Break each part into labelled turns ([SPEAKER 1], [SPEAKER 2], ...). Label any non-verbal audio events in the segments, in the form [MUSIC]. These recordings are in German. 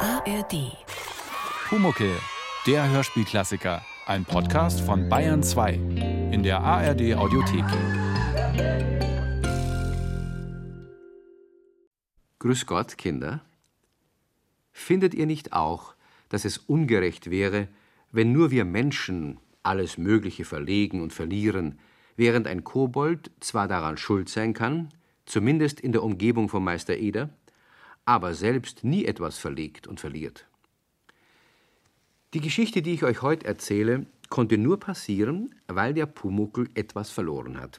[SPEAKER 1] ARD.
[SPEAKER 2] Pumuckel, der Hörspielklassiker. Ein Podcast von Bayern 2 in der ARD Audiothek.
[SPEAKER 3] Grüß Gott, Kinder. Findet ihr nicht auch, dass es ungerecht wäre, wenn nur wir Menschen alles Mögliche verlegen und verlieren, während ein Kobold zwar daran schuld sein kann, zumindest in der Umgebung von Meister Eder, aber selbst nie etwas verlegt und verliert? Die Geschichte, die ich euch heute erzähle, konnte nur passieren, weil der Pumuckel etwas verloren hat.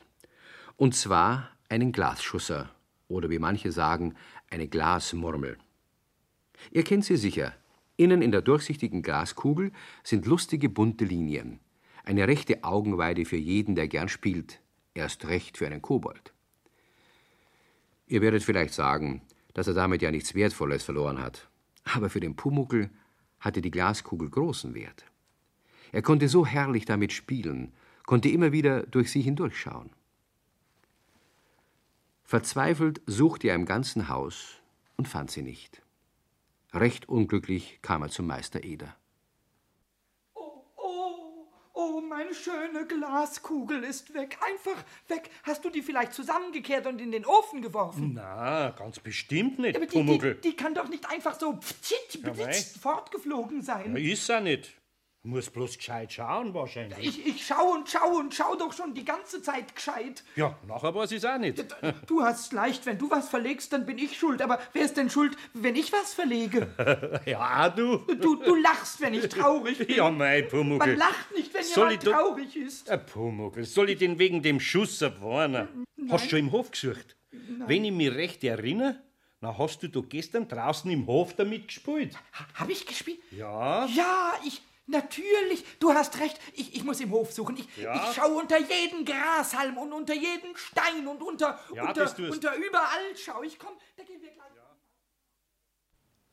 [SPEAKER 3] Und zwar einen Glasschusser oder wie manche sagen, eine Glasmurmel. Ihr kennt sie sicher. Innen in der durchsichtigen Glaskugel sind lustige bunte Linien. Eine rechte Augenweide für jeden, der gern spielt. Erst recht für einen Kobold. Ihr werdet vielleicht sagen, dass er damit ja nichts Wertvolles verloren hat. Aber für den Pumuckel hatte die Glaskugel großen Wert. Er konnte so herrlich damit spielen, konnte immer wieder durch sie hindurchschauen. Verzweifelt suchte er im ganzen Haus und fand sie nicht. Recht unglücklich kam er zum Meister Eder.
[SPEAKER 4] Oh, oh, oh, meine schöne Glaskugel ist weg. Einfach weg. Hast du die vielleicht zusammengekehrt und in den Ofen
[SPEAKER 5] Hm,
[SPEAKER 4] geworfen?
[SPEAKER 5] Na, Ah, ganz bestimmt nicht,
[SPEAKER 4] Aber die, die,
[SPEAKER 5] Pumuckl.
[SPEAKER 4] die kann doch nicht einfach so pfitschit,
[SPEAKER 5] Ja, mei.
[SPEAKER 4] blitzt fortgeflogen sein.
[SPEAKER 5] Ja, ist er nicht. Muss bloß gescheit schauen wahrscheinlich.
[SPEAKER 4] Ich, ich schau und schau und schau doch schon die ganze Zeit
[SPEAKER 5] [LAUGHS]
[SPEAKER 4] gescheit.
[SPEAKER 5] Ja, nachher weiß ich's auch nicht.
[SPEAKER 4] Du hast's leicht, wenn du was verlegst, dann bin ich schuld. Aber wer ist denn schuld, wenn ich was verlege?
[SPEAKER 5] Ja, du.
[SPEAKER 4] [LAUGHS] Du, du lachst, wenn ich traurig bin.
[SPEAKER 5] [LAUGHS] Ja, mein
[SPEAKER 4] Man
[SPEAKER 5] Pumuckl.
[SPEAKER 4] lacht nicht, wenn
[SPEAKER 5] Soll
[SPEAKER 4] jemand
[SPEAKER 5] ich doch-
[SPEAKER 4] traurig ist.
[SPEAKER 5] Ein Pumuckl, soll ich den wegen dem Schuss warnen? Hast du schon im Hof gesucht? Wenn ich mich recht erinnere, na hast du doch gestern draußen im Hof damit gespielt.
[SPEAKER 4] Hab ich gespielt?
[SPEAKER 5] Ja,
[SPEAKER 4] Ja, ich. Natürlich, du hast recht. Ich, ich muss im Hof suchen. Ich,
[SPEAKER 5] Ja?
[SPEAKER 4] ich schaue unter jeden Grashalm und unter jeden Stein und unter,
[SPEAKER 5] Ja,
[SPEAKER 4] unter,
[SPEAKER 5] das tust.
[SPEAKER 4] unter überall schaue ich. Komm, da gehen wir gleich.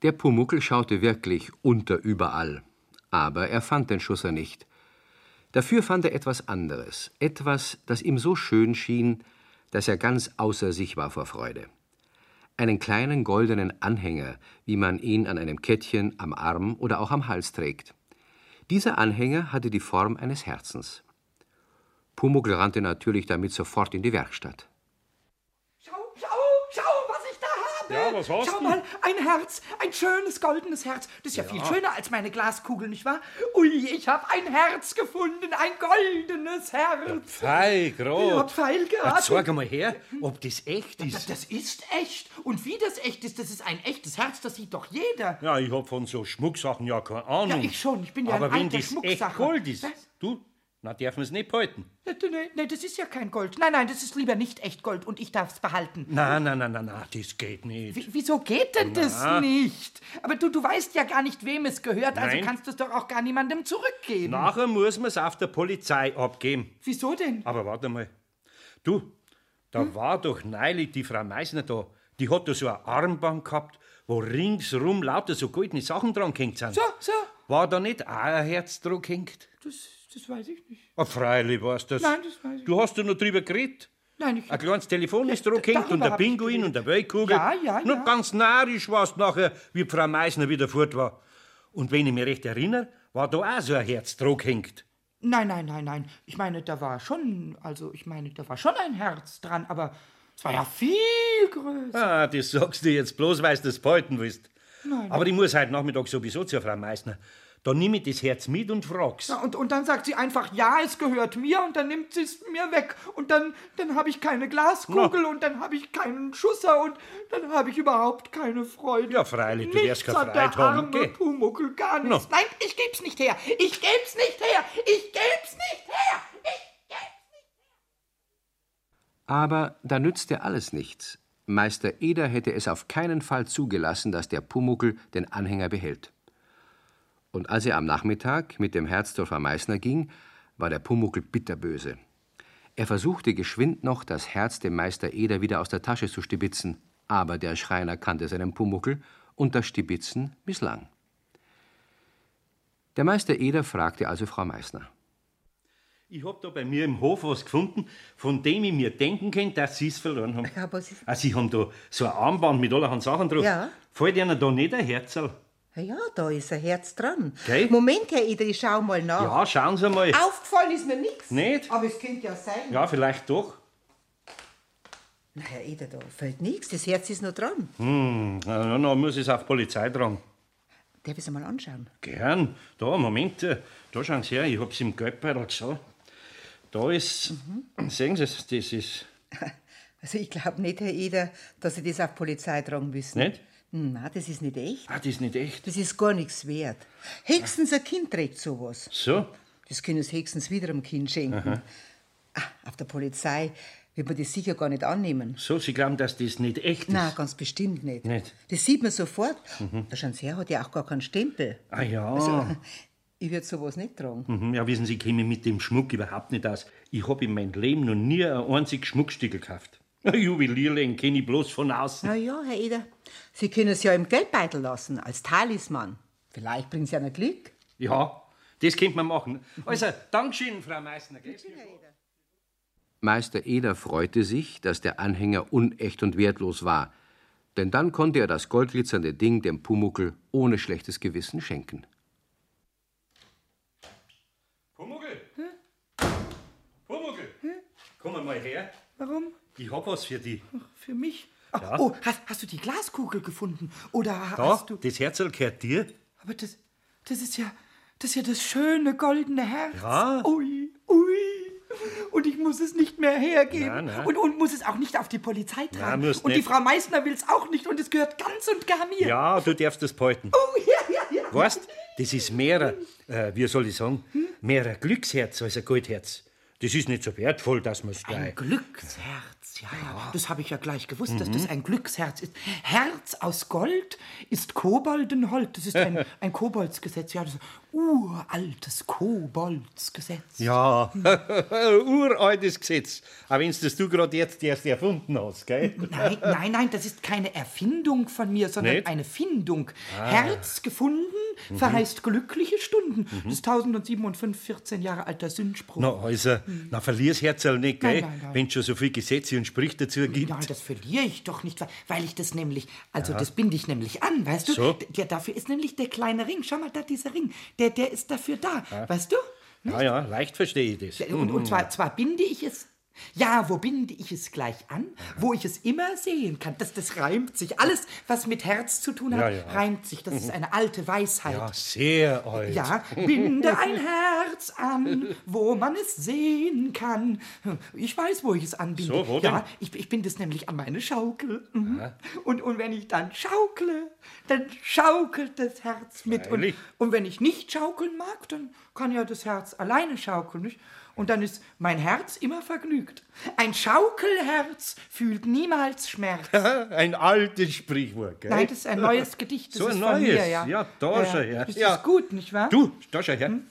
[SPEAKER 3] Der Pumuckel schaute wirklich unter überall, aber er fand den Schusser nicht. Dafür fand er etwas anderes, etwas, das ihm so schön schien, dass er ganz außer sich war vor Freude. Einen kleinen goldenen Anhänger, wie man ihn an einem Kettchen am Arm oder auch am Hals trägt. Dieser Anhänger hatte die Form eines Herzens. Pumuckl rannte natürlich damit sofort in die Werkstatt.
[SPEAKER 4] Schau, schau, schau, was ich da habe.
[SPEAKER 5] Ja, was hast
[SPEAKER 4] schau
[SPEAKER 5] du?
[SPEAKER 4] mal, ein Herz, ein schönes goldenes Herz. Das ist ja, viel schöner als meine Glaskugel, nicht wahr? Ui, ich habe ein Herz gefunden, ein goldenes Herz.
[SPEAKER 5] Pfei,
[SPEAKER 4] Ja,
[SPEAKER 5] grad.
[SPEAKER 4] Pfeilgrad.
[SPEAKER 5] Zeig mal her, ob das echt ist.
[SPEAKER 4] Das ist echt. Und wie das echt ist, das ist ein echtes Herz, das sieht doch jeder.
[SPEAKER 5] Ja, ich hab von so Schmucksachen ja keine Ahnung.
[SPEAKER 4] Ja, ich schon. Ich bin ja
[SPEAKER 5] Hm. Aber
[SPEAKER 4] ein
[SPEAKER 5] wenn
[SPEAKER 4] alter
[SPEAKER 5] das echt
[SPEAKER 4] Schmucksacher.
[SPEAKER 5] Gold ist,
[SPEAKER 4] Was? Ne,
[SPEAKER 5] du, na dürfen wir's nicht behalten.
[SPEAKER 4] Nee, nee, nee, das ist ja kein Gold. Nein, nein, das ist lieber nicht echt Gold und ich darf's behalten.
[SPEAKER 5] Nein, nein, nein, nein, nein, das geht nicht.
[SPEAKER 4] W- Wieso geht denn das nicht? Aber du, du weißt ja gar nicht, wem es gehört, also
[SPEAKER 5] Nein.
[SPEAKER 4] kannst du es doch auch gar niemandem zurückgeben.
[SPEAKER 5] Nachher muss man's auf der Polizei abgeben.
[SPEAKER 4] Wieso denn?
[SPEAKER 5] Aber warte mal. Du, da
[SPEAKER 4] Hm?
[SPEAKER 5] war doch neulich die Frau Meisner da. Die hat da so ein Armband gehabt, wo ringsrum lauter so goldene Sachen dran gehängt sind.
[SPEAKER 4] So, so.
[SPEAKER 5] War da nicht auch ein Herz dran gehängt?
[SPEAKER 4] Das, das weiß ich nicht.
[SPEAKER 5] Ah, freilich war's das.
[SPEAKER 4] Nein, das weiß ich
[SPEAKER 5] Du hast da noch drüber geredet.
[SPEAKER 4] Nein, ich.
[SPEAKER 5] Ein kleines Telefon ist dran
[SPEAKER 4] d-
[SPEAKER 5] gehängt und
[SPEAKER 4] darüber
[SPEAKER 5] der
[SPEAKER 4] hab ich
[SPEAKER 5] Pinguin
[SPEAKER 4] geredet.
[SPEAKER 5] und der Weltkugel.
[SPEAKER 4] Ja, ja,
[SPEAKER 5] Nur
[SPEAKER 4] ja.
[SPEAKER 5] ganz narisch warst nachher, wie Frau Meisner wieder fort war. Und wenn ich mich recht erinnere, war da auch so ein Herz dran gehängt.
[SPEAKER 4] Nein, nein, nein, nein. Ich meine, da war schon, also ich meine, da war schon ein Herz dran, aber es war ja viel größer.
[SPEAKER 5] Ah, das sagst du jetzt bloß, weil du das behalten willst. Aber ich muss heute Nachmittag sowieso zur Frau Meissner. Da nimm ich das Herz mit und frag's.
[SPEAKER 4] Ja, Und, und dann sagt sie einfach, ja, es gehört mir und dann nimmt sie es mir weg. Und dann, dann habe ich keine Glaskugel und dann habe ich keinen Schusser und dann habe ich überhaupt keine Freude.
[SPEAKER 5] Ja, freilich, du
[SPEAKER 4] nichts
[SPEAKER 5] wirst keine
[SPEAKER 4] hat der
[SPEAKER 5] Freude haben,
[SPEAKER 4] arme
[SPEAKER 5] gell?
[SPEAKER 4] Pumuckl, gar nichts. Nein, ich geb's nicht her. Ich geb's nicht her. Ich geb's nicht her. Ich geb's
[SPEAKER 3] Aber da nützte alles nichts. Meister Eder hätte es auf keinen Fall zugelassen, dass der Pumuckel den Anhänger behält. Und als er am Nachmittag mit dem Herzdorfer Meißner ging, war der Pumuckel bitterböse. Er versuchte geschwind noch, das Herz dem Meister Eder wieder aus der Tasche zu stibitzen, aber der Schreiner kannte seinen Pumuckel und das Stibitzen misslang. Der Meister Eder fragte also Frau Meißner.
[SPEAKER 5] Ich hab da bei mir im Hof was gefunden, von dem ich mir denken könnte, dass sie's verloren haben.
[SPEAKER 6] Ja, was ist-
[SPEAKER 5] Ah, sie haben da so ein Armband mit allerhand Sachen drauf.
[SPEAKER 6] Ja.
[SPEAKER 5] Fällt ihnen da nicht ein Herzerl?
[SPEAKER 1] Na
[SPEAKER 6] Ja,
[SPEAKER 1] ja, da ist ein Herz dran.
[SPEAKER 5] Gell?
[SPEAKER 1] Moment, Herr Idri, schau mal nach.
[SPEAKER 5] Ja, schauen Sie mal.
[SPEAKER 1] Aufgefallen ist mir nichts.
[SPEAKER 5] Nicht?
[SPEAKER 1] Aber es könnte ja sein.
[SPEAKER 5] Ja, vielleicht doch.
[SPEAKER 1] Na, Herr Eder, da fällt nichts. Das Herz ist noch dran.
[SPEAKER 5] Hm, na, na, na, muss es auf Polizei dran.
[SPEAKER 1] Darf ich es einmal anschauen? [LAUGHS]
[SPEAKER 5] Gern. Da, Moment. äh, Da schauen Sie her, ich hab's im Geldbeutel gesehen. Da ist. Sehen Sie es, das ist.
[SPEAKER 1] Also ich glaube nicht, Herr Eder, dass Sie das auf die Polizei tragen müssen.
[SPEAKER 5] Nicht?
[SPEAKER 1] Nein, das ist nicht echt.
[SPEAKER 5] Ah, das ist nicht echt.
[SPEAKER 1] Das ist gar nichts wert. Höchstens ein Kind trägt sowas.
[SPEAKER 5] So?
[SPEAKER 1] Das können Sie höchstens wieder einem Kind schenken. Ah, auf der Polizei wird man das sicher gar nicht annehmen.
[SPEAKER 5] So, Sie glauben, dass das nicht echt ist?
[SPEAKER 1] Nein, ganz bestimmt nicht.
[SPEAKER 5] Nicht?
[SPEAKER 1] Das sieht man sofort. Da schauen Sie her, hat ja auch gar keinen Stempel.
[SPEAKER 5] Ah ja.
[SPEAKER 1] Also, Ich würde sowas nicht tragen.
[SPEAKER 5] [LAUGHS] Mhm, ja, wissen Sie, ich käme mit dem Schmuck überhaupt nicht aus. Ich habe in meinem Leben noch nie ein einziges Schmuckstück gekauft. [LAUGHS] Juwelierling kenne ich bloß von außen.
[SPEAKER 1] Na ja, Herr Eder, Sie können es ja im Geldbeutel lassen, als Talisman. Vielleicht bringt es ja noch Glück.
[SPEAKER 5] Ja, das könnte man machen. Also, Dankeschön, Frau Meissner. Gell?
[SPEAKER 3] Meister Eder freute sich, dass der Anhänger unecht und wertlos war, denn dann konnte er das goldglitzernde Ding dem Pumuckel ohne schlechtes Gewissen schenken.
[SPEAKER 5] Pumuckl!
[SPEAKER 4] Hm?
[SPEAKER 5] Pumuckl! Komm mal her.
[SPEAKER 4] Warum?
[SPEAKER 5] Ich hab was für dich.
[SPEAKER 4] Für mich? Ach,
[SPEAKER 5] Ja.
[SPEAKER 4] Oh, hast, hast du die Glaskugel gefunden? Oder
[SPEAKER 5] Da,
[SPEAKER 4] hast du.
[SPEAKER 5] das Herzl gehört dir.
[SPEAKER 4] Aber das, das ist ja. Das ist ja das schöne goldene Herz.
[SPEAKER 5] Ja.
[SPEAKER 4] Ui, ui. Und ich muss es nicht mehr hergeben.
[SPEAKER 5] Nein, nein.
[SPEAKER 4] Und, und muss es auch nicht auf die Polizei tragen.
[SPEAKER 5] musst
[SPEAKER 4] und die
[SPEAKER 5] nicht.
[SPEAKER 4] Frau Meißner will es auch nicht und es gehört ganz und gar mir.
[SPEAKER 5] Ja, du darfst das behalten.
[SPEAKER 4] Oh, ja, ja, ja.
[SPEAKER 5] Weißt, das ist mehr, äh, wie soll ich sagen,
[SPEAKER 4] Hm?
[SPEAKER 5] mehr ein Glücksherz als ein Goldherz. Das ist nicht so wertvoll, dass man es
[SPEAKER 4] Ein
[SPEAKER 5] gleich.
[SPEAKER 4] Glücksherz, ja, ja. Das habe ich ja gleich gewusst,
[SPEAKER 5] Mhm.
[SPEAKER 4] dass das ein Glücksherz ist. Herz aus Gold ist Koboldenhold. Das ist
[SPEAKER 5] [LAUGHS]
[SPEAKER 4] ein, ein Koboldsgesetz, ja, das ist ein uraltes Koboldsgesetz.
[SPEAKER 5] Ja, [LAUGHS] uraltes Gesetz. Auch wenn das du gerade jetzt erst erfunden hast, gell?
[SPEAKER 4] [LAUGHS]
[SPEAKER 5] [LAUGHS]
[SPEAKER 4] Nein, nein, nein, das ist keine Erfindung von mir, sondern
[SPEAKER 5] Nicht? Ah. Mhm.
[SPEAKER 4] eine Findung. Herz gefunden verheißt glückliche Stunden. Das ist 1047 Jahre alter Sündspruch.
[SPEAKER 5] Na, also, na, verlier's Herzl nicht, gell?
[SPEAKER 4] Hm. Nein, nein, nein.
[SPEAKER 5] Wenn schon so viel Gesetze und Sprüche dazu gibt.
[SPEAKER 4] Nein, das verliere ich doch nicht, weil- weil ich das nämlich, also das binde ich nämlich an, weißt du?
[SPEAKER 5] So.
[SPEAKER 4] D- Ja, dafür ist nämlich der kleine Ring, schau mal da, dieser Ring, der, der ist dafür da,
[SPEAKER 5] Ah.
[SPEAKER 4] weißt du?
[SPEAKER 5] Ja, ja, leicht verstehe ich das.
[SPEAKER 4] Und, und zwar, zwar binde ich es, ja, wo binde ich es gleich an? Wo ich es immer sehen kann. Das, das reimt sich. Alles, was mit Herz zu tun hat,
[SPEAKER 5] Ja, ja. Mhm.
[SPEAKER 4] reimt sich. Das ist eine alte Weisheit.
[SPEAKER 5] Ja, Ah, sehr alt.
[SPEAKER 4] Ja,
[SPEAKER 5] [LAUGHS]
[SPEAKER 4] binde ein Herz an, wo man es sehen kann. Ich weiß, wo ich es anbinde.
[SPEAKER 5] So, wo
[SPEAKER 4] ja,
[SPEAKER 5] denn?
[SPEAKER 4] ich, ich binde es nämlich an meine Schaukel. Mhm. Und, und wenn ich dann schaukle, dann schaukelt das Herz mit. Und,
[SPEAKER 5] Freilich.
[SPEAKER 4] und wenn ich nicht schaukeln mag, dann kann ja das Herz alleine schaukeln. Nicht? Und dann ist mein Herz immer vergnügt. Ein Schaukelherz fühlt niemals
[SPEAKER 5] [LAUGHS]
[SPEAKER 4] Schmerz.
[SPEAKER 5] Ein altes Sprichwort, gell?
[SPEAKER 4] Nein, das ist ein neues Gedicht. Das
[SPEAKER 5] So
[SPEAKER 4] ist
[SPEAKER 5] ein
[SPEAKER 4] von mir,
[SPEAKER 5] neues.
[SPEAKER 4] ja.
[SPEAKER 5] Ja, da schau her.
[SPEAKER 4] Das
[SPEAKER 5] Ja.
[SPEAKER 4] ist gut, nicht wahr?
[SPEAKER 5] Du, da schau her. Hm?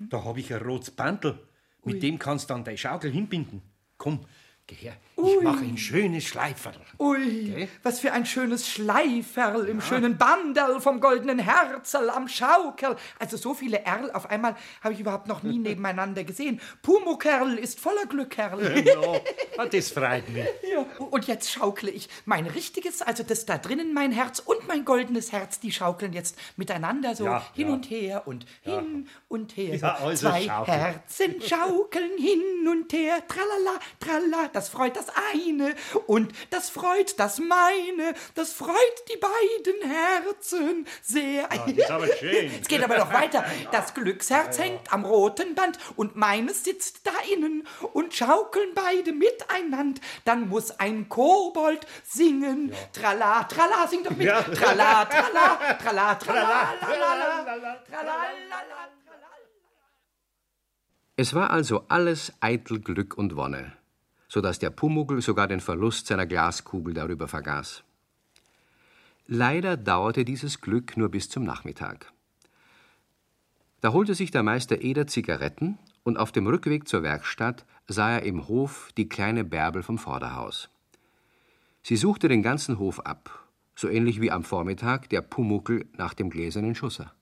[SPEAKER 5] Da hab ich ein rotes Bandel. Mit dem kannst du dann deine Schaukel hinbinden. Komm, geh her. Ich mache ein schönes Schleiferl.
[SPEAKER 4] Ui,
[SPEAKER 5] Gell?
[SPEAKER 4] was für ein schönes Schleiferl im schönen Bandel vom goldenen Herzl am Schaukerl. Also so viele Erl auf einmal habe ich überhaupt noch nie nebeneinander gesehen. Pumukerl ist voller Glückkerl.
[SPEAKER 5] Ja, ah, das freut mich.
[SPEAKER 4] Ja. Und jetzt schaukle ich mein richtiges, also das da drinnen mein Herz und mein goldenes Herz, die schaukeln jetzt miteinander so
[SPEAKER 5] Ja,
[SPEAKER 4] hin
[SPEAKER 5] ja.
[SPEAKER 4] und her und hin und her.
[SPEAKER 5] Ja,
[SPEAKER 4] so.
[SPEAKER 5] also
[SPEAKER 4] Zwei
[SPEAKER 5] schaukeln.
[SPEAKER 4] Herzen
[SPEAKER 5] [LAUGHS]
[SPEAKER 4] schaukeln hin und her. Tralala, tralala, das freut das eine und das freut das meine. Das freut die beiden Herzen sehr.
[SPEAKER 5] Das ist aber schön.
[SPEAKER 4] Es geht aber noch weiter. Das Glücksherz hängt am roten Band und meines sitzt da innen und schaukeln beide miteinander. Dann muss ein Kobold singen. Trala, trala, sing doch mit.
[SPEAKER 5] Ja.
[SPEAKER 4] Trala, trala, [LAUGHS] trala, trala, trala, trala, trala,
[SPEAKER 3] Es war also alles eitel Glück und Wonne, so dass der Pumuckl sogar den Verlust seiner Glaskugel darüber vergaß. Leider dauerte dieses Glück nur bis zum Nachmittag. Da holte sich der Meister Eder Zigaretten und auf dem Rückweg zur Werkstatt sah er im Hof die kleine Bärbel vom Vorderhaus. Sie suchte den ganzen Hof ab, so ähnlich wie am Vormittag der Pumuckl nach dem gläsernen Schusser.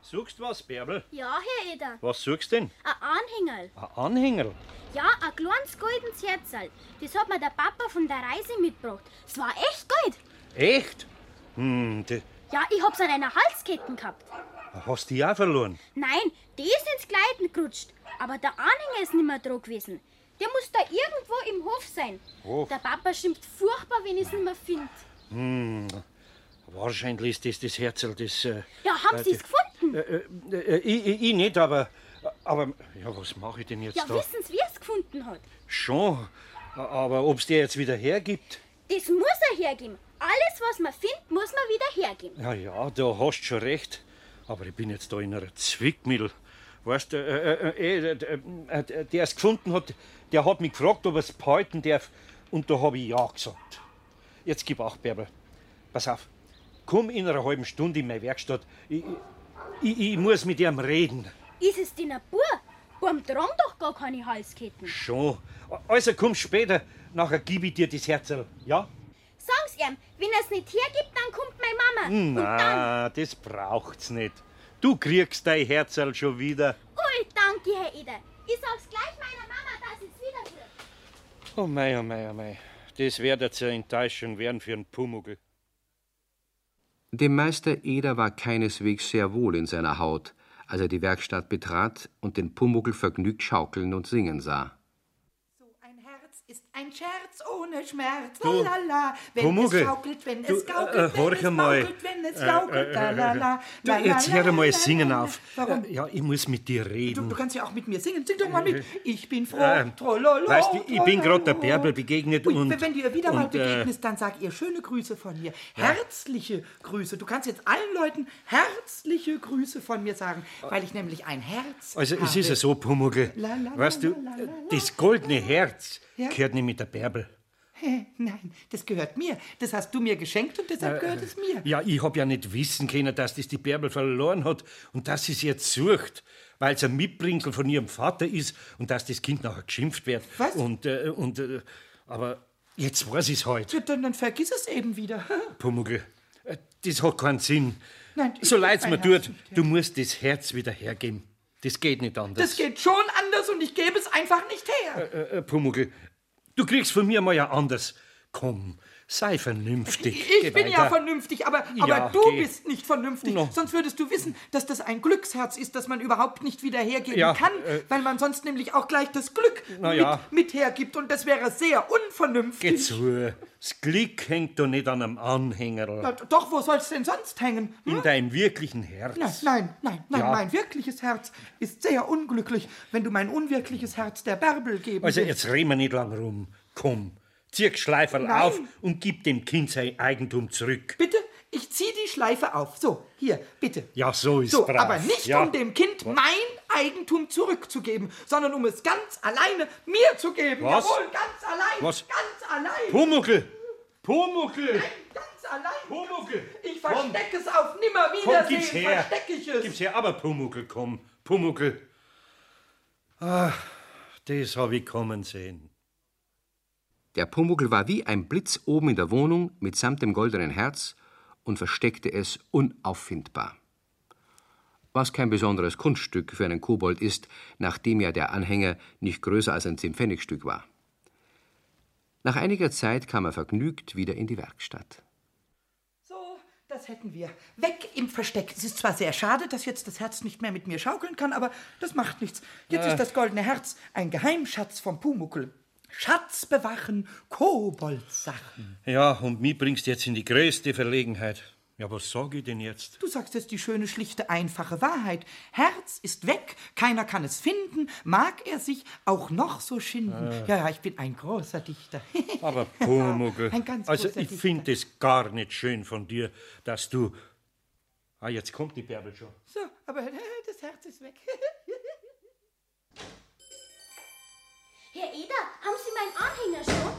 [SPEAKER 5] Suchst was, Bärbel?
[SPEAKER 6] Ja, Herr Eder,
[SPEAKER 5] Was suchst denn?
[SPEAKER 6] ein Anhängerl.
[SPEAKER 5] Ein Anhänger.
[SPEAKER 6] Ja, ein kleines goldenes Herzerl. Das hat mir der Papa von der Reise mitgebracht. Es war echt Gold.
[SPEAKER 5] Echt? Hm, de-
[SPEAKER 6] Ja, ich hab's an einer Halskette gehabt.
[SPEAKER 5] Hast du die auch verloren?
[SPEAKER 6] Nein, die ist ins Gleiten gerutscht. Aber der Anhänger ist nimmer dran gewesen. Der muss da irgendwo im Hof sein.
[SPEAKER 5] Hof?
[SPEAKER 6] Der Papa schimpft furchtbar, wenn ich's nimmer find.
[SPEAKER 5] Wahrscheinlich ist das das Herzl, das. Äh,
[SPEAKER 6] Ja, haben sie's gefunden?
[SPEAKER 5] äh, äh, äh, ich, ich, ich nicht, aber. Aber. Ja, was mache ich denn jetzt
[SPEAKER 6] Ja,
[SPEAKER 5] da?
[SPEAKER 6] wissen's, wie er's gefunden hat.
[SPEAKER 5] Schon. Aber ob's der jetzt wieder hergibt?
[SPEAKER 6] Das muss er hergeben. Alles, was man findet, muss man wieder hergeben.
[SPEAKER 5] Ja, ja, da hast schon recht. Aber ich bin jetzt da in einer Zwickmittel. Weißt du, äh, äh, äh, äh, äh, der es gefunden hat, der hat mich gefragt, ob er es behalten darf. Und da habe ich ja gesagt. Jetzt gib auch, Bärbel. Pass auf, komm in einer halben Stunde in meine Werkstatt. Ich, ich, ich muss mit ihm reden.
[SPEAKER 6] Ist es die Natur? Beim Drang doch gar keine Halsketten.
[SPEAKER 5] Schon. Also komm später, nachher gib ich dir das Herzl. Ja?
[SPEAKER 6] Sag's ihm, wenn er's nicht hergibt, dann kommt meine Mama. Und dann.
[SPEAKER 5] Hm, Na, das braucht's nicht. Du kriegst dein Herzl schon wieder.
[SPEAKER 6] Ui, danke, Herr Eder. Ich sag's gleich meiner Mama, dass ich's wieder krieg.
[SPEAKER 5] Oh mei, oh mei, oh mei. Das werdet ihr enttäuschen werden für einen Pumuckl.
[SPEAKER 3] Dem Meister Eder war keineswegs sehr wohl in seiner Haut, als er die Werkstatt betrat und den Pumuckl vergnügt schaukeln und singen sah.
[SPEAKER 4] So ein Herz ist ein Scherz ohne Schmerz.
[SPEAKER 5] Du,
[SPEAKER 4] Lalala. Wenn
[SPEAKER 5] Pumuckl,
[SPEAKER 4] es gaukelt, wenn
[SPEAKER 5] du,
[SPEAKER 4] es gaukelt,
[SPEAKER 5] äh,
[SPEAKER 4] wenn
[SPEAKER 5] horch
[SPEAKER 4] es
[SPEAKER 5] einmal.
[SPEAKER 4] gaukelt, wenn es
[SPEAKER 5] Äh,
[SPEAKER 4] gaukelt.
[SPEAKER 5] äh,
[SPEAKER 4] Lalala.
[SPEAKER 5] Du, jetzt hör mal das Singen auf.
[SPEAKER 4] Warum?
[SPEAKER 5] Ja, ich muss mit dir
[SPEAKER 4] Du,
[SPEAKER 5] reden.
[SPEAKER 4] du kannst ja auch mit mir singen. Sing doch mal mit. Ich bin froh.
[SPEAKER 5] Ähm,
[SPEAKER 4] Trololo,
[SPEAKER 5] Äh, weißt du, ich bin
[SPEAKER 4] trololo.
[SPEAKER 5] grad der Bärbel begegnet
[SPEAKER 4] Ui,
[SPEAKER 5] und-
[SPEAKER 4] Wenn du ihr wieder mal
[SPEAKER 5] und, äh,
[SPEAKER 4] begegnest, dann sag ihr schöne Grüße von mir. Herzliche Grüße. Du kannst jetzt allen Leuten herzliche Grüße von mir sagen, weil ich nämlich ein Herz
[SPEAKER 5] Also, es
[SPEAKER 4] habe.
[SPEAKER 5] ist ja so, Pumuckl.
[SPEAKER 4] La, la, la,
[SPEAKER 5] Weißt du, äh,
[SPEAKER 4] la, la, la.
[SPEAKER 5] das goldene Herz
[SPEAKER 4] Ja.
[SPEAKER 5] gehört nicht mit der Bärbel.
[SPEAKER 4] Hä, Nein, das gehört mir. Das hast du mir geschenkt und deshalb gehört es mir.
[SPEAKER 5] Ja, ich hab ja nicht wissen können, dass das die Bärbel verloren hat und dass sie es jetzt sucht, weil es ein Mitbringsel von ihrem Vater ist und dass das Kind nachher geschimpft wird.
[SPEAKER 4] Was?
[SPEAKER 5] Und, äh, und, äh, aber jetzt weiß ich's halt.
[SPEAKER 4] Ja, Dann, dann vergiss es eben wieder.
[SPEAKER 5] Pumuckl, äh, das hat keinen Sinn.
[SPEAKER 4] Nein, ich
[SPEAKER 5] so
[SPEAKER 4] geb
[SPEAKER 5] leid's mir
[SPEAKER 4] mein
[SPEAKER 5] tut,
[SPEAKER 4] Herz nicht
[SPEAKER 5] du musst das Herz wieder hergeben. Das geht nicht anders.
[SPEAKER 4] Das geht schon anders und ich gebe es einfach nicht her.
[SPEAKER 5] äh, Pumuckl, du kriegst von mir mal ja anders. Komm, sei vernünftig. Geh
[SPEAKER 4] Ich bin ja
[SPEAKER 5] weiter.
[SPEAKER 4] vernünftig, aber,
[SPEAKER 5] Ja,
[SPEAKER 4] aber du
[SPEAKER 5] geh.
[SPEAKER 4] bist nicht vernünftig.
[SPEAKER 5] No.
[SPEAKER 4] Sonst würdest du wissen, dass das ein Glücksherz ist, das man überhaupt nicht wieder hergeben
[SPEAKER 5] Ja,
[SPEAKER 4] kann,
[SPEAKER 5] äh,
[SPEAKER 4] weil man sonst nämlich auch gleich das Glück
[SPEAKER 5] Na ja.
[SPEAKER 4] mit, mit hergibt und das wäre sehr unvernünftig.
[SPEAKER 5] Geh zu. Das Glück hängt doch nicht an einem
[SPEAKER 4] Na,
[SPEAKER 5] Anhänger.
[SPEAKER 4] Doch, wo soll es denn sonst hängen? Hm?
[SPEAKER 5] In deinem wirklichen Herz.
[SPEAKER 4] Nein, nein, nein, nein,
[SPEAKER 5] Ja.
[SPEAKER 4] mein wirkliches Herz ist sehr unglücklich, wenn du mein unwirkliches Herz der Bärbel geben
[SPEAKER 5] Also,
[SPEAKER 4] willst.
[SPEAKER 5] jetzt reden wir nicht lang rum. Komm, zieh die Schleiferl
[SPEAKER 4] Nein.
[SPEAKER 5] auf und gib dem Kind sein Eigentum zurück.
[SPEAKER 4] Bitte, ich ziehe die Schleife auf. So, hier, bitte.
[SPEAKER 5] Ja, so ist
[SPEAKER 4] So,
[SPEAKER 5] brav.
[SPEAKER 4] aber nicht
[SPEAKER 5] ja.
[SPEAKER 4] um dem Kind mein Eigentum zurückzugeben, sondern um es ganz alleine mir zu geben.
[SPEAKER 5] Was?
[SPEAKER 4] Jawohl, ganz allein.
[SPEAKER 5] Was?
[SPEAKER 4] Ganz allein.
[SPEAKER 5] Pumuckl! Pumuckl!
[SPEAKER 4] Ganz allein.
[SPEAKER 5] Pumuckl!
[SPEAKER 4] Ich
[SPEAKER 5] Komm.
[SPEAKER 4] verstecke es auf
[SPEAKER 5] Komm,
[SPEAKER 4] nimmerwiedersehen.
[SPEAKER 5] gib's her.
[SPEAKER 4] Verstecke ich es.
[SPEAKER 5] Gib's her, aber Pumuckl, komm, Pumuckl. Ach, das hab ich kommen sehen.
[SPEAKER 3] Der Pumuckl war wie ein Blitz oben in der Wohnung mitsamt dem goldenen Herz und versteckte es unauffindbar. Was kein besonderes Kunststück für einen Kobold ist, nachdem ja der Anhänger nicht größer als ein Zehnpfennigstück war. Nach einiger Zeit kam er vergnügt wieder in die Werkstatt.
[SPEAKER 4] So, das hätten wir. Weg im Versteck. Es ist zwar sehr schade, dass jetzt das Herz nicht mehr mit mir schaukeln kann, aber das macht nichts. Jetzt
[SPEAKER 5] Äh.
[SPEAKER 4] ist das goldene Herz ein Geheimschatz vom Pumuckel. Schatz bewachen, Koboldsachen.
[SPEAKER 5] Ja, und mich bringst jetzt in die größte Verlegenheit. Ja, was sag ich denn jetzt?
[SPEAKER 4] Du sagst jetzt die schöne, schlichte, einfache Wahrheit. Herz ist weg, keiner kann es finden, mag er sich auch noch so schinden. Ja, ja, ich bin ein großer Dichter.
[SPEAKER 5] Ah.
[SPEAKER 4] [LAUGHS]
[SPEAKER 5] Aber Pumuckl,
[SPEAKER 4] Ein ganz
[SPEAKER 5] also
[SPEAKER 4] großer
[SPEAKER 5] ich
[SPEAKER 4] Dichter.
[SPEAKER 5] finde es gar nicht schön von dir, dass du... Ah, jetzt kommt die Bärbel schon.
[SPEAKER 4] So, aber äh, das Herz ist weg. [LAUGHS]
[SPEAKER 6] Herr Eder, haben Sie meinen Anhänger schon?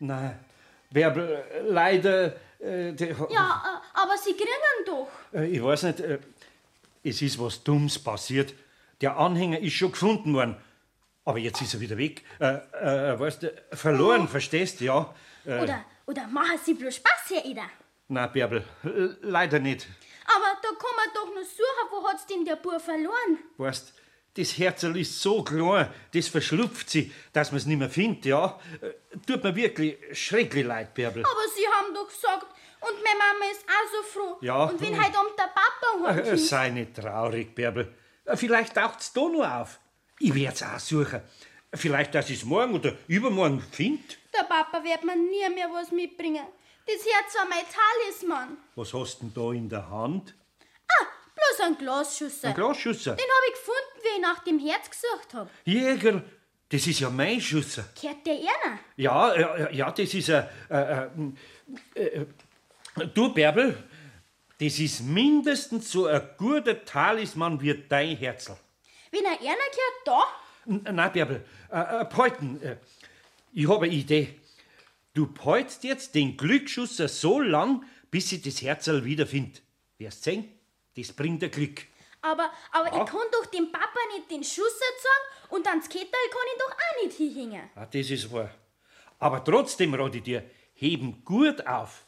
[SPEAKER 5] Nein, Bärbel, äh, leider... Äh, die,
[SPEAKER 6] Ja, äh, aber Sie kriegen ihn doch.
[SPEAKER 5] Äh, Ich weiß nicht, äh, es ist was Dummes passiert. Der Anhänger ist schon gefunden worden, aber jetzt ist er wieder weg. Äh, äh, weißt du, verloren, verstehst du, ja? Äh,
[SPEAKER 6] Oder, oder machen Sie bloß Spaß, Herr Eder.
[SPEAKER 5] Na, Bärbel, l- leider nicht.
[SPEAKER 6] Aber da kann man doch nur suchen, wo hat's denn der Bub verloren?
[SPEAKER 5] Weißt das Herzl ist so klein, das verschlupft sie, dass man es nicht mehr findet, ja? Äh, Tut mir wirklich schrecklich leid, Bärbel.
[SPEAKER 6] Aber Sie haben doch gesagt, Und meine Mama ist auch so froh.
[SPEAKER 5] Ja.
[SPEAKER 6] Und wenn heute Abend der Papa
[SPEAKER 5] Äh,
[SPEAKER 6] heimkommt.
[SPEAKER 5] Sei nicht traurig, Bärbel. Äh, Vielleicht taucht's da nur auf. Ich werd's auch suchen. Vielleicht, dass ich's morgen oder übermorgen find.
[SPEAKER 6] Der Papa wird mir nie mehr was mitbringen. Das Herz war mein Talisman.
[SPEAKER 5] Was hast denn da in der Hand?
[SPEAKER 6] Ah, bloß ein Glasschusser.
[SPEAKER 5] Ein Glasschusser?
[SPEAKER 6] Den habe ich gefunden, wie ich nach dem Herz gesucht habe.
[SPEAKER 5] Jäger, das ist ja mein Schusser.
[SPEAKER 6] Gehört der Erna?
[SPEAKER 5] Ja, ja, ja, das ist ein. Äh, äh, äh, du, Bärbel, das ist mindestens so ein guter Talisman wie dein Herzl.
[SPEAKER 6] Wenn er Erna gehört, da?
[SPEAKER 5] N- Nein, Bärbel, äh, äh, Polten, äh, ich habe eine Idee. Du polst jetzt den Glückschusser so lang, bis ich das Herzl wiederfind. Wirst sehen, das bringt dir Glück.
[SPEAKER 6] Aber, aber ich kann doch dem Papa nicht den Schusser zeigen und ans Kettel kann ich doch auch nicht hinhängen.
[SPEAKER 5] Ah, das ist wahr. Aber trotzdem rate ich dir, heben gut auf.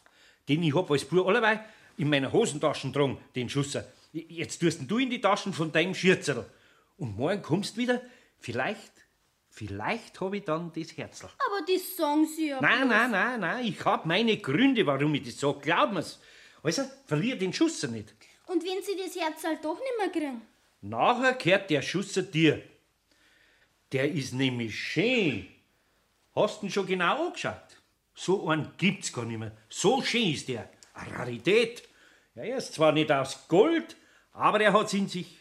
[SPEAKER 5] Denn ich hab als Bub allerweil in meiner Hosentaschen drum, den Schusser. J- Jetzt tust ihn du in die Taschen von deinem Schürzerl. Und morgen kommst wieder, vielleicht, vielleicht hab ich dann das Herzl.
[SPEAKER 6] Aber das sagen sie ja.
[SPEAKER 5] Nein, nein, nein, nein, ich hab meine Gründe, warum ich das sag, glaub mir's. Also, verlier den Schusser nicht.
[SPEAKER 6] Und wenn sie das Herz halt doch nicht mehr kriegen?
[SPEAKER 5] Nachher gehört der Schusser dir. Der ist nämlich schön. Hast ihn schon genau angeschaut? So einen gibt's gar nicht mehr. So schön ist der. Eine Rarität. Ja, er ist zwar nicht aus Gold, aber er hat's in sich.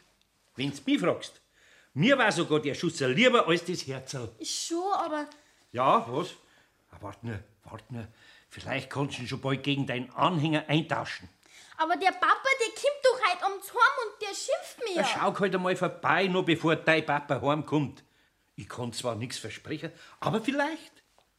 [SPEAKER 5] Wenn's mich fragst. Mir war sogar der Schusser lieber als das Herzl.
[SPEAKER 6] Schon, aber
[SPEAKER 5] Ja, was? Ah, warte nur, warte nur. Vielleicht kannst du ihn schon bald gegen deinen Anhänger eintauschen.
[SPEAKER 6] Aber der Papa, der kommt doch heute abends heim und der schimpft mir.
[SPEAKER 5] Ja. Schau halt einmal vorbei, noch bevor dein Papa heimkommt. Ich kann zwar nichts versprechen, aber vielleicht.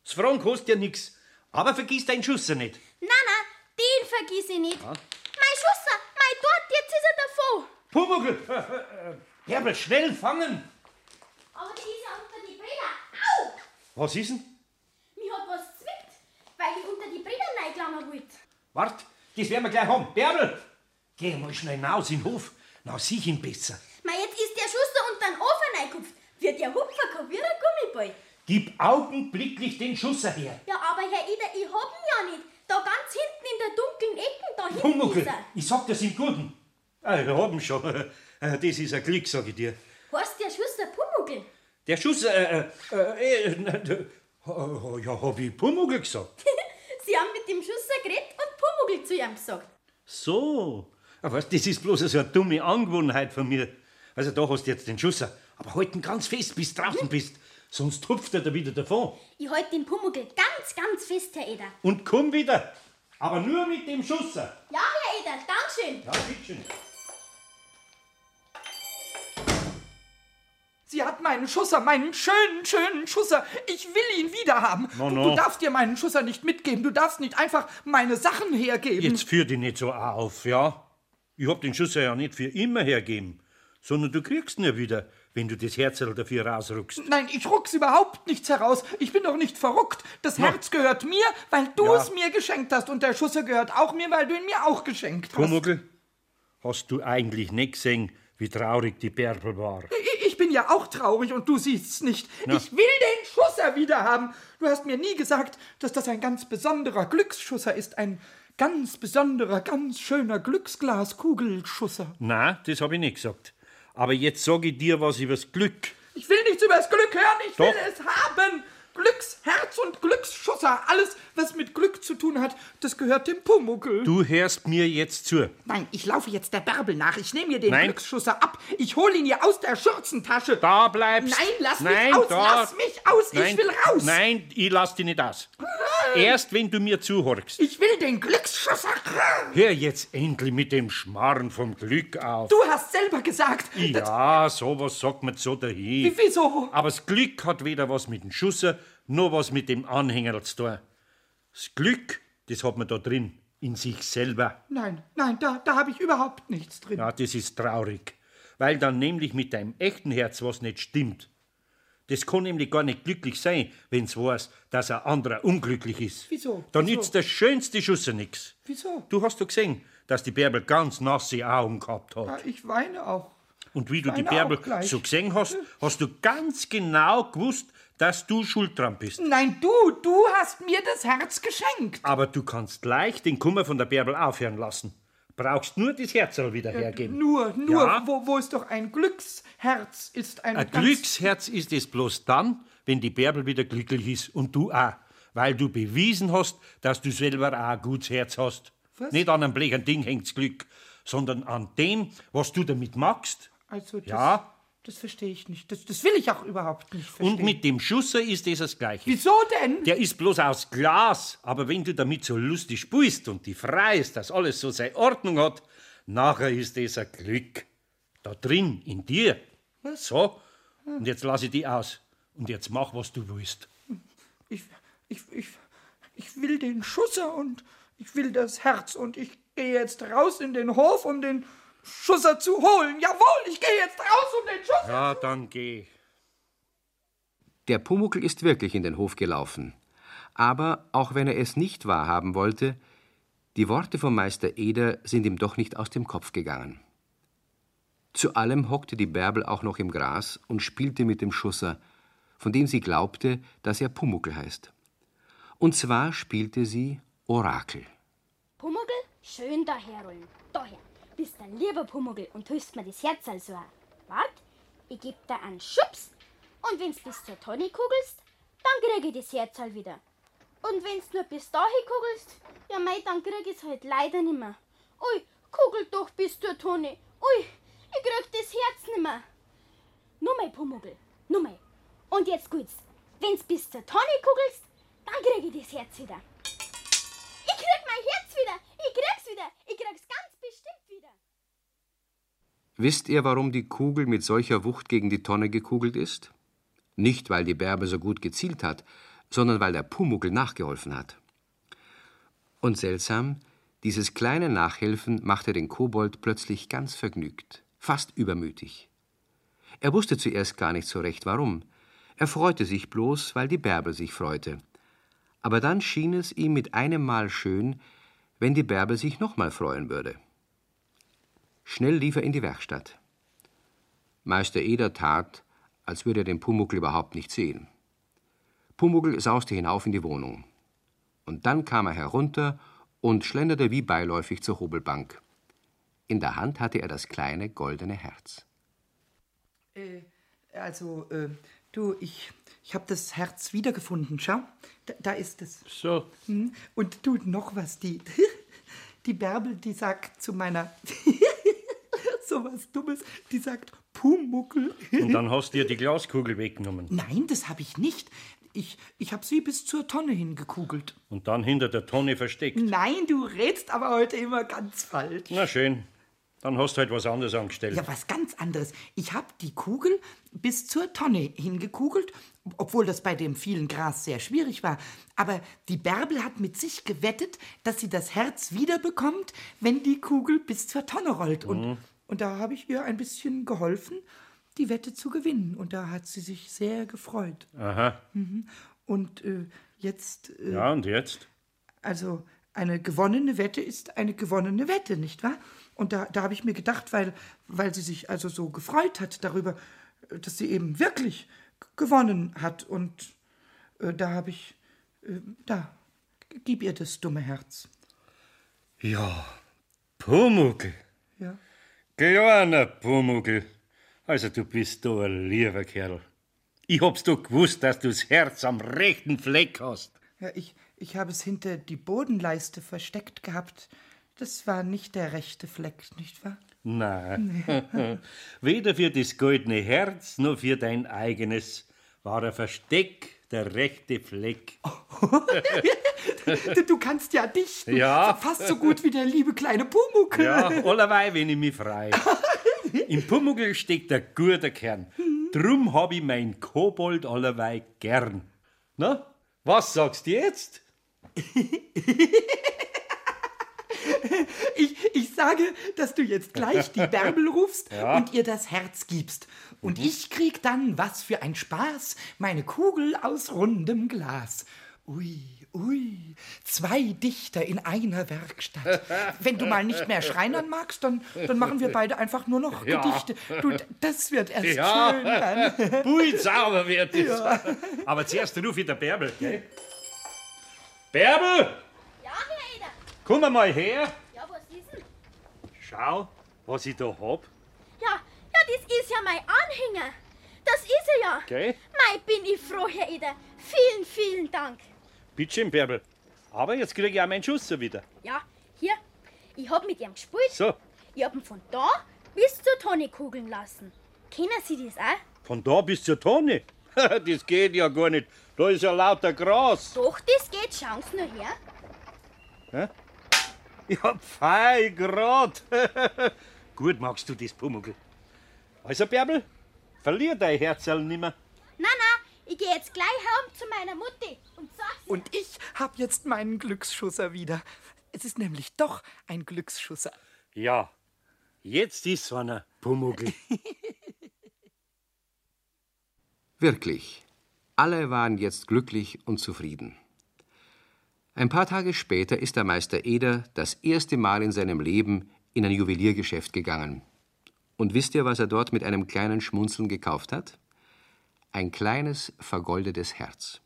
[SPEAKER 5] Das Fragen kostet ja nichts. Aber vergiss deinen Schuss nicht.
[SPEAKER 6] Nein, nein, den vergiss ich nicht. Mein Schusser, mein Dort, jetzt ist er davon.
[SPEAKER 5] Pumuckl! [LAUGHS] äh, äh, äh, Bärbel, schnell fangen!
[SPEAKER 6] Aber die ist ja unter die Brille. Au!
[SPEAKER 5] Was ist denn?
[SPEAKER 6] Mir hat was zwickt, weil ich unter die Brille reinklammern wollte.
[SPEAKER 5] Wart, das werden wir gleich haben. Bärbel! Geh mal schnell raus in den Hof. Na, sieh ihn besser.
[SPEAKER 6] Mei, jetzt ist der Schusser unter den Ofen reingekupft. Wird der Hupfer kein wie ein Gummiball.
[SPEAKER 5] Gib augenblicklich den Schusser her.
[SPEAKER 6] Ja, aber Herr Eder, ich hab ihn ja nicht. Da ganz hinten in der dunklen Ecke, da hinten
[SPEAKER 5] Pumuckl,
[SPEAKER 6] ist er.
[SPEAKER 5] ich sag das im Guten. Ah, wir haben schon. [LAUGHS] Das ist ein Glück, sag ich dir.
[SPEAKER 6] Heißt der Schusser Pumuckl?
[SPEAKER 5] Der Schuss, äh, äh, äh, äh, [LAUGHS] na, d- oh, ja, hab ich Pumuckl gesagt.
[SPEAKER 6] Sie haben mit dem Schusser geredet und Pumuckl zu ihm gesagt.
[SPEAKER 5] So. Aber weißt, das ist bloß so eine dumme Angewohnheit von mir. Also, da hast du jetzt den Schusser. Aber halt ihn ganz fest, bis du draußen bist. Sonst hupft er da wieder davon.
[SPEAKER 6] Ich halte den Pumuckl ganz, ganz fest, Herr Eder.
[SPEAKER 5] Und komm wieder. Aber nur mit dem Schusser.
[SPEAKER 6] Ja, Herr Eder, Dankeschön.
[SPEAKER 5] Ja, bitteschön.
[SPEAKER 4] Sie hat meinen Schusser, meinen schönen, schönen Schusser. Ich will ihn wiederhaben.
[SPEAKER 5] No,
[SPEAKER 4] Du-
[SPEAKER 5] no.
[SPEAKER 4] Du darfst dir meinen Schusser nicht mitgeben. Du darfst nicht einfach meine Sachen hergeben.
[SPEAKER 5] Jetzt führ dich nicht so auf, ja? Ich hab den Schusser ja nicht für immer hergeben, sondern du kriegst ihn ja wieder, wenn du das Herzl dafür rausrückst.
[SPEAKER 4] Nein, ich ruck's überhaupt nichts heraus. Ich bin doch nicht verrückt. Das Herz gehört mir, weil du
[SPEAKER 5] Ja.
[SPEAKER 4] es mir geschenkt hast. Und der Schusser gehört auch mir, weil du ihn mir auch geschenkt hast.
[SPEAKER 5] Pumuckl, hast du eigentlich nicht gesehen, wie traurig die Bärbel war?
[SPEAKER 4] I- Ich bin ja auch traurig und du siehst's nicht. Ich will den Schusser wieder haben. Du hast mir nie gesagt, dass das ein ganz besonderer Glücksschusser ist. Ein ganz besonderer, ganz schöner Glücksglaskugelschusser.
[SPEAKER 5] Na, das habe ich nicht gesagt. Aber jetzt sage ich dir was übers Glück.
[SPEAKER 4] Ich will nichts über das Glück hören, ich will
[SPEAKER 5] Doch.
[SPEAKER 4] es haben. Glücksherz und Glücksschusser, alles, was mit Glück zu tun hat, das gehört dem Pumuckel.
[SPEAKER 5] Du hörst mir jetzt zu.
[SPEAKER 4] Nein, ich laufe jetzt der Bärbel nach. Ich nehme ihr den
[SPEAKER 5] Nein.
[SPEAKER 4] Glücksschusser ab. Ich hole ihn ihr aus der Schürzentasche.
[SPEAKER 5] Da bleibst.
[SPEAKER 4] Nein, lass
[SPEAKER 5] Nein,
[SPEAKER 4] mich aus,
[SPEAKER 5] da.
[SPEAKER 4] lass mich aus, ich will raus.
[SPEAKER 5] Nein, ich lass dich nicht aus. Erst wenn du mir zuhörst.
[SPEAKER 4] Ich will den Glücksschusser.
[SPEAKER 5] Hör jetzt endlich mit dem Schmarren vom Glück auf.
[SPEAKER 4] Du hast selber gesagt. Das,
[SPEAKER 5] ja, sowas sagt man so dahin.
[SPEAKER 4] Wie- wieso?
[SPEAKER 5] Aber das Glück hat weder was mit dem Schusser noch was mit dem Anhänger zu tun. Das Glück, das hat man da drin, in sich selber.
[SPEAKER 4] Nein, nein, da, da habe ich überhaupt nichts drin.
[SPEAKER 5] Ja, das ist traurig, weil dann nämlich mit deinem echten Herz was nicht stimmt. Das kann nämlich gar nicht glücklich sein, wenn's weiß, dass ein anderer unglücklich ist.
[SPEAKER 4] Wieso?
[SPEAKER 5] Da
[SPEAKER 4] Wieso?
[SPEAKER 5] nützt der schönste Schusser nix.
[SPEAKER 4] Wieso?
[SPEAKER 5] Du hast doch gesehen, dass die Bärbel ganz nasse Augen gehabt hat.
[SPEAKER 4] Ja, ich weine auch.
[SPEAKER 5] Und wie du die
[SPEAKER 4] Meine Ah, auch
[SPEAKER 5] Bärbel
[SPEAKER 4] gleich.
[SPEAKER 5] so gesehen hast, hast du ganz genau gewusst, dass du schuld dran bist.
[SPEAKER 4] Nein, du, du hast mir das Herz geschenkt.
[SPEAKER 5] Aber du kannst leicht den Kummer von der Bärbel aufhören lassen. Brauchst nur das Herzl wieder hergeben.
[SPEAKER 4] Nur, nur,
[SPEAKER 5] Ja.
[SPEAKER 4] wo, wo ist doch ein Glücksherz ist ein,
[SPEAKER 5] Ein
[SPEAKER 4] ganz-
[SPEAKER 5] Glücksherz ist es bloß dann, wenn die Bärbel wieder glücklich ist und du auch, weil du bewiesen hast, dass du selber auch ein gutes Herz hast.
[SPEAKER 4] Was?
[SPEAKER 5] Nicht an einem blechen Ding hängt's Glück, sondern an dem, was du damit magst.
[SPEAKER 4] Also das,
[SPEAKER 5] Ja.
[SPEAKER 4] das verstehe ich nicht. Das, das will ich auch überhaupt nicht verstehen.
[SPEAKER 5] Und mit dem Schusser ist es das Gleiche.
[SPEAKER 4] Wieso denn?
[SPEAKER 5] Der ist bloß aus Glas, aber wenn du damit so lustig spielst und die freist, dass alles so seine Ordnung hat, nachher ist das ein Glück. Da drin, in dir. So, und jetzt lass ich die aus. Und jetzt mach, was du willst.
[SPEAKER 4] Ich, ich, ich, ich will den Schusser und ich will das Herz und ich gehe jetzt raus in den Hof, um den Schusser zu holen. Jawohl, ich gehe jetzt raus, um den Schusser.
[SPEAKER 5] Ja, dann geh.
[SPEAKER 3] Der Pumuckl ist wirklich in den Hof gelaufen. Aber auch wenn er es nicht wahrhaben wollte, die Worte vom Meister Eder sind ihm doch nicht aus dem Kopf gegangen. Zu allem hockte die Bärbel auch noch im Gras und spielte mit dem Schusser, von dem sie glaubte, dass er Pumuckl heißt. Und zwar spielte sie Orakel.
[SPEAKER 6] Pumuckl, schön daherrollen. Daher. Bist ein lieber Pumuckl und tust mir das Herz also auch. Wart, ich geb dir einen Schubs und wenn's bis zur Tonne kugelst, dann krieg ich das Herz halt wieder. Und wenn's nur bis dahin kugelst, ja mei, dann krieg ich's halt leider nimmer. Ui, kugel doch bis zur Tonne. Ui, ich krieg das Herz nimmer. Nur mein Pumuckl, nur mein. Und jetzt gut's. Wenn's bis zur Tonne kugelst, dann krieg ich das Herz wieder. Ich krieg mein Herz wieder! Ich krieg's wieder! Ich krieg's ganz bestimmt wieder!
[SPEAKER 3] Wisst ihr, warum die Kugel mit solcher Wucht gegen die Tonne gekugelt ist? Nicht, weil die Bärbel so gut gezielt hat, sondern weil der Pumuckl nachgeholfen hat. Und seltsam, dieses kleine Nachhelfen machte den Kobold plötzlich ganz vergnügt, fast übermütig. Er wusste zuerst gar nicht so recht, warum. Er freute sich bloß, weil die Bärbel sich freute. Aber dann schien es ihm mit einem Mal schön, wenn die Bärbel sich nochmal freuen würde. Schnell lief er in die Werkstatt. Meister Eder tat, als würde er den Pumuckl überhaupt nicht sehen. Pumuckl sauste hinauf in die Wohnung. Und dann kam er herunter und schlenderte wie beiläufig zur Hobelbank. In der Hand hatte er das kleine goldene Herz.
[SPEAKER 4] Also, äh, du, ich, ich habe das Herz wiedergefunden. Schau, da, da ist es.
[SPEAKER 5] So,
[SPEAKER 4] Hm? Und du, noch was, die, [LAUGHS] die Bärbel, die sagt zu meiner, [LAUGHS] so was Dummes, die sagt, Pumuckel.
[SPEAKER 5] und dann hast du dir die Glaskugel weggenommen.
[SPEAKER 4] Nein, das habe ich nicht. Ich, ich habe sie bis zur Tonne hingekugelt.
[SPEAKER 5] Und dann hinter der Tonne versteckt.
[SPEAKER 4] Nein, du redst aber heute immer ganz falsch.
[SPEAKER 5] Na schön, dann hast du halt was anderes angestellt.
[SPEAKER 4] Ja, was ganz anderes. Ich habe die Kugel bis zur Tonne hingekugelt, obwohl das bei dem vielen Gras sehr schwierig war. Aber die Bärbel hat mit sich gewettet, dass sie das Herz wiederbekommt, wenn die Kugel bis zur Tonne rollt. Und, und da habe ich ihr ein bisschen geholfen, die Wette zu gewinnen. Und da hat sie sich sehr gefreut. Mhm.
[SPEAKER 5] Aha,
[SPEAKER 4] Und äh, jetzt, äh,
[SPEAKER 5] ja und jetzt?
[SPEAKER 4] also eine gewonnene Wette ist eine gewonnene Wette, nicht wahr? Und da, da habe ich mir gedacht, weil, weil sie sich also so gefreut hat darüber, äh, dass sie eben wirklich g- gewonnen hat. Und äh, da habe ich, äh, da, gib ihr das dumme Herz.
[SPEAKER 5] Ja, Pumuckl.
[SPEAKER 4] Ja.
[SPEAKER 5] Kleiner Pumuckl. Also, du bist da ein lieber Kerl. Ich hab's doch gewusst, dass du das Herz am rechten Fleck hast.
[SPEAKER 4] Ja, ich, ich habe es hinter die Bodenleiste versteckt gehabt. Das war nicht der rechte Fleck, nicht
[SPEAKER 5] [LAUGHS]
[SPEAKER 4] wahr?
[SPEAKER 5] Nein. Weder für das goldene Herz noch für dein eigenes war ein Versteck der rechte Fleck.
[SPEAKER 4] Du, du kannst ja dichten.
[SPEAKER 5] Ja.
[SPEAKER 4] Fast so gut wie der liebe kleine Pumuckl. [LAUGHS]
[SPEAKER 5] Ja, allerweil, wenn ich mich freue. Im Pumuckl steckt ein guter Kern. Drum hab ich mein Kobold allerweil gern. Na, was sagst du jetzt?
[SPEAKER 4] Ich, ich sage, dass du jetzt gleich die
[SPEAKER 5] [LAUGHS]
[SPEAKER 4] Bärbel rufst und ihr das Herz gibst. Und
[SPEAKER 5] Mhm.
[SPEAKER 4] ich krieg dann, was für ein Spaß, meine Kugel aus rundem Glas. Ui, Ui, zwei Dichter in einer
[SPEAKER 5] [LAUGHS]
[SPEAKER 4] Werkstatt. Wenn du mal nicht mehr schreinern magst, dann, dann machen wir beide einfach nur noch
[SPEAKER 5] Ja.
[SPEAKER 4] Gedichte. Du, das wird erst
[SPEAKER 5] Ja.
[SPEAKER 4] schön dann.
[SPEAKER 5] [LAUGHS] Pui, sauber wird es. Aber zuerst rufe ich der Bärbel, gell? Bärbel,
[SPEAKER 6] Ja, Herr Eder.
[SPEAKER 5] komm mal her.
[SPEAKER 6] Ja, was ist denn?
[SPEAKER 5] Schau, was ich da hab,
[SPEAKER 6] Ja, ja, das ist ja mein Anhänger. Das ist er ja.
[SPEAKER 5] gell?
[SPEAKER 6] Mei, bin ich froh, Herr Eder. Vielen, vielen Dank.
[SPEAKER 5] Bitte schön, Bärbel. Aber jetzt krieg ich auch meinen Schuss so wieder.
[SPEAKER 6] Ja, hier, ich hab mit ihm gespielt.
[SPEAKER 5] So,
[SPEAKER 6] Ich hab ihn von da bis zur Tonne kugeln lassen. Kennen Sie das auch?
[SPEAKER 5] von da bis zur Tonne. [LAUGHS] das geht ja gar nicht. Da ist ja lauter Gras.
[SPEAKER 6] Doch, das geht. Schauen Sie nur her.
[SPEAKER 5] Ja, fein, grad. [LAUGHS] Gut magst du das, Pumuckl. Also, Bärbel, verlier dein Herzl nimmer.
[SPEAKER 6] Na, na, ich geh jetzt gleich heim zu meiner Mutti und sag's. ihr.
[SPEAKER 4] Und ich hab jetzt meinen Glücksschusser wieder. Es ist nämlich doch ein Glücksschusser.
[SPEAKER 5] Ja, jetzt ist so einer Pumuckl.
[SPEAKER 3] Wirklich, alle waren jetzt glücklich und zufrieden. Ein paar Tage später ist der Meister Eder das erste Mal in seinem Leben in ein Juweliergeschäft gegangen. Und wisst ihr, was er dort mit einem kleinen Schmunzeln gekauft hat? Ein kleines vergoldetes Herz.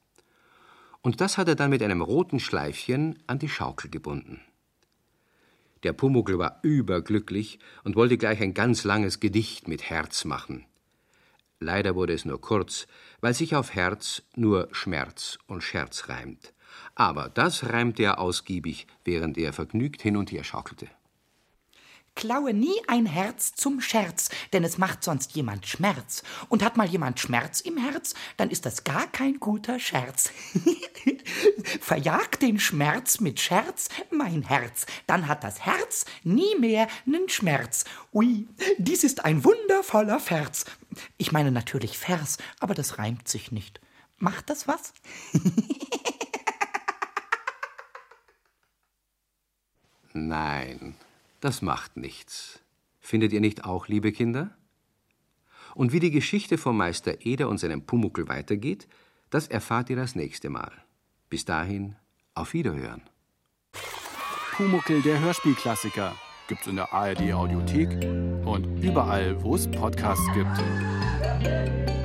[SPEAKER 3] Und das hat er dann mit einem roten Schleifchen an die Schaukel gebunden. Der Pumuckl war überglücklich und wollte gleich ein ganz langes Gedicht mit Herz machen. Leider wurde es nur kurz, weil sich auf Herz nur Schmerz und Scherz reimt. Aber das reimte er ausgiebig, während er vergnügt hin und her schaukelte.
[SPEAKER 4] Klaue nie ein Herz zum Scherz, denn es macht sonst jemand Schmerz. Und hat mal jemand Schmerz im Herz, dann ist das gar kein guter Scherz. [LAUGHS] Verjag den Schmerz mit Scherz, mein Herz, dann hat das Herz nie mehr nen Schmerz. Ui, dies ist ein wundervoller Vers. Ich meine natürlich Vers, aber das reimt sich nicht. Macht das was?
[SPEAKER 3] Nein, das macht nichts. Findet ihr nicht auch, liebe Kinder? Und wie die Geschichte vom Meister Eder und seinem Pumuckel weitergeht, das erfahrt ihr das nächste Mal. Bis dahin, auf Wiederhören.
[SPEAKER 2] Pumuckel, der Hörspielklassiker, gibt's in der ARD Audiothek und überall, wo es Podcasts gibt.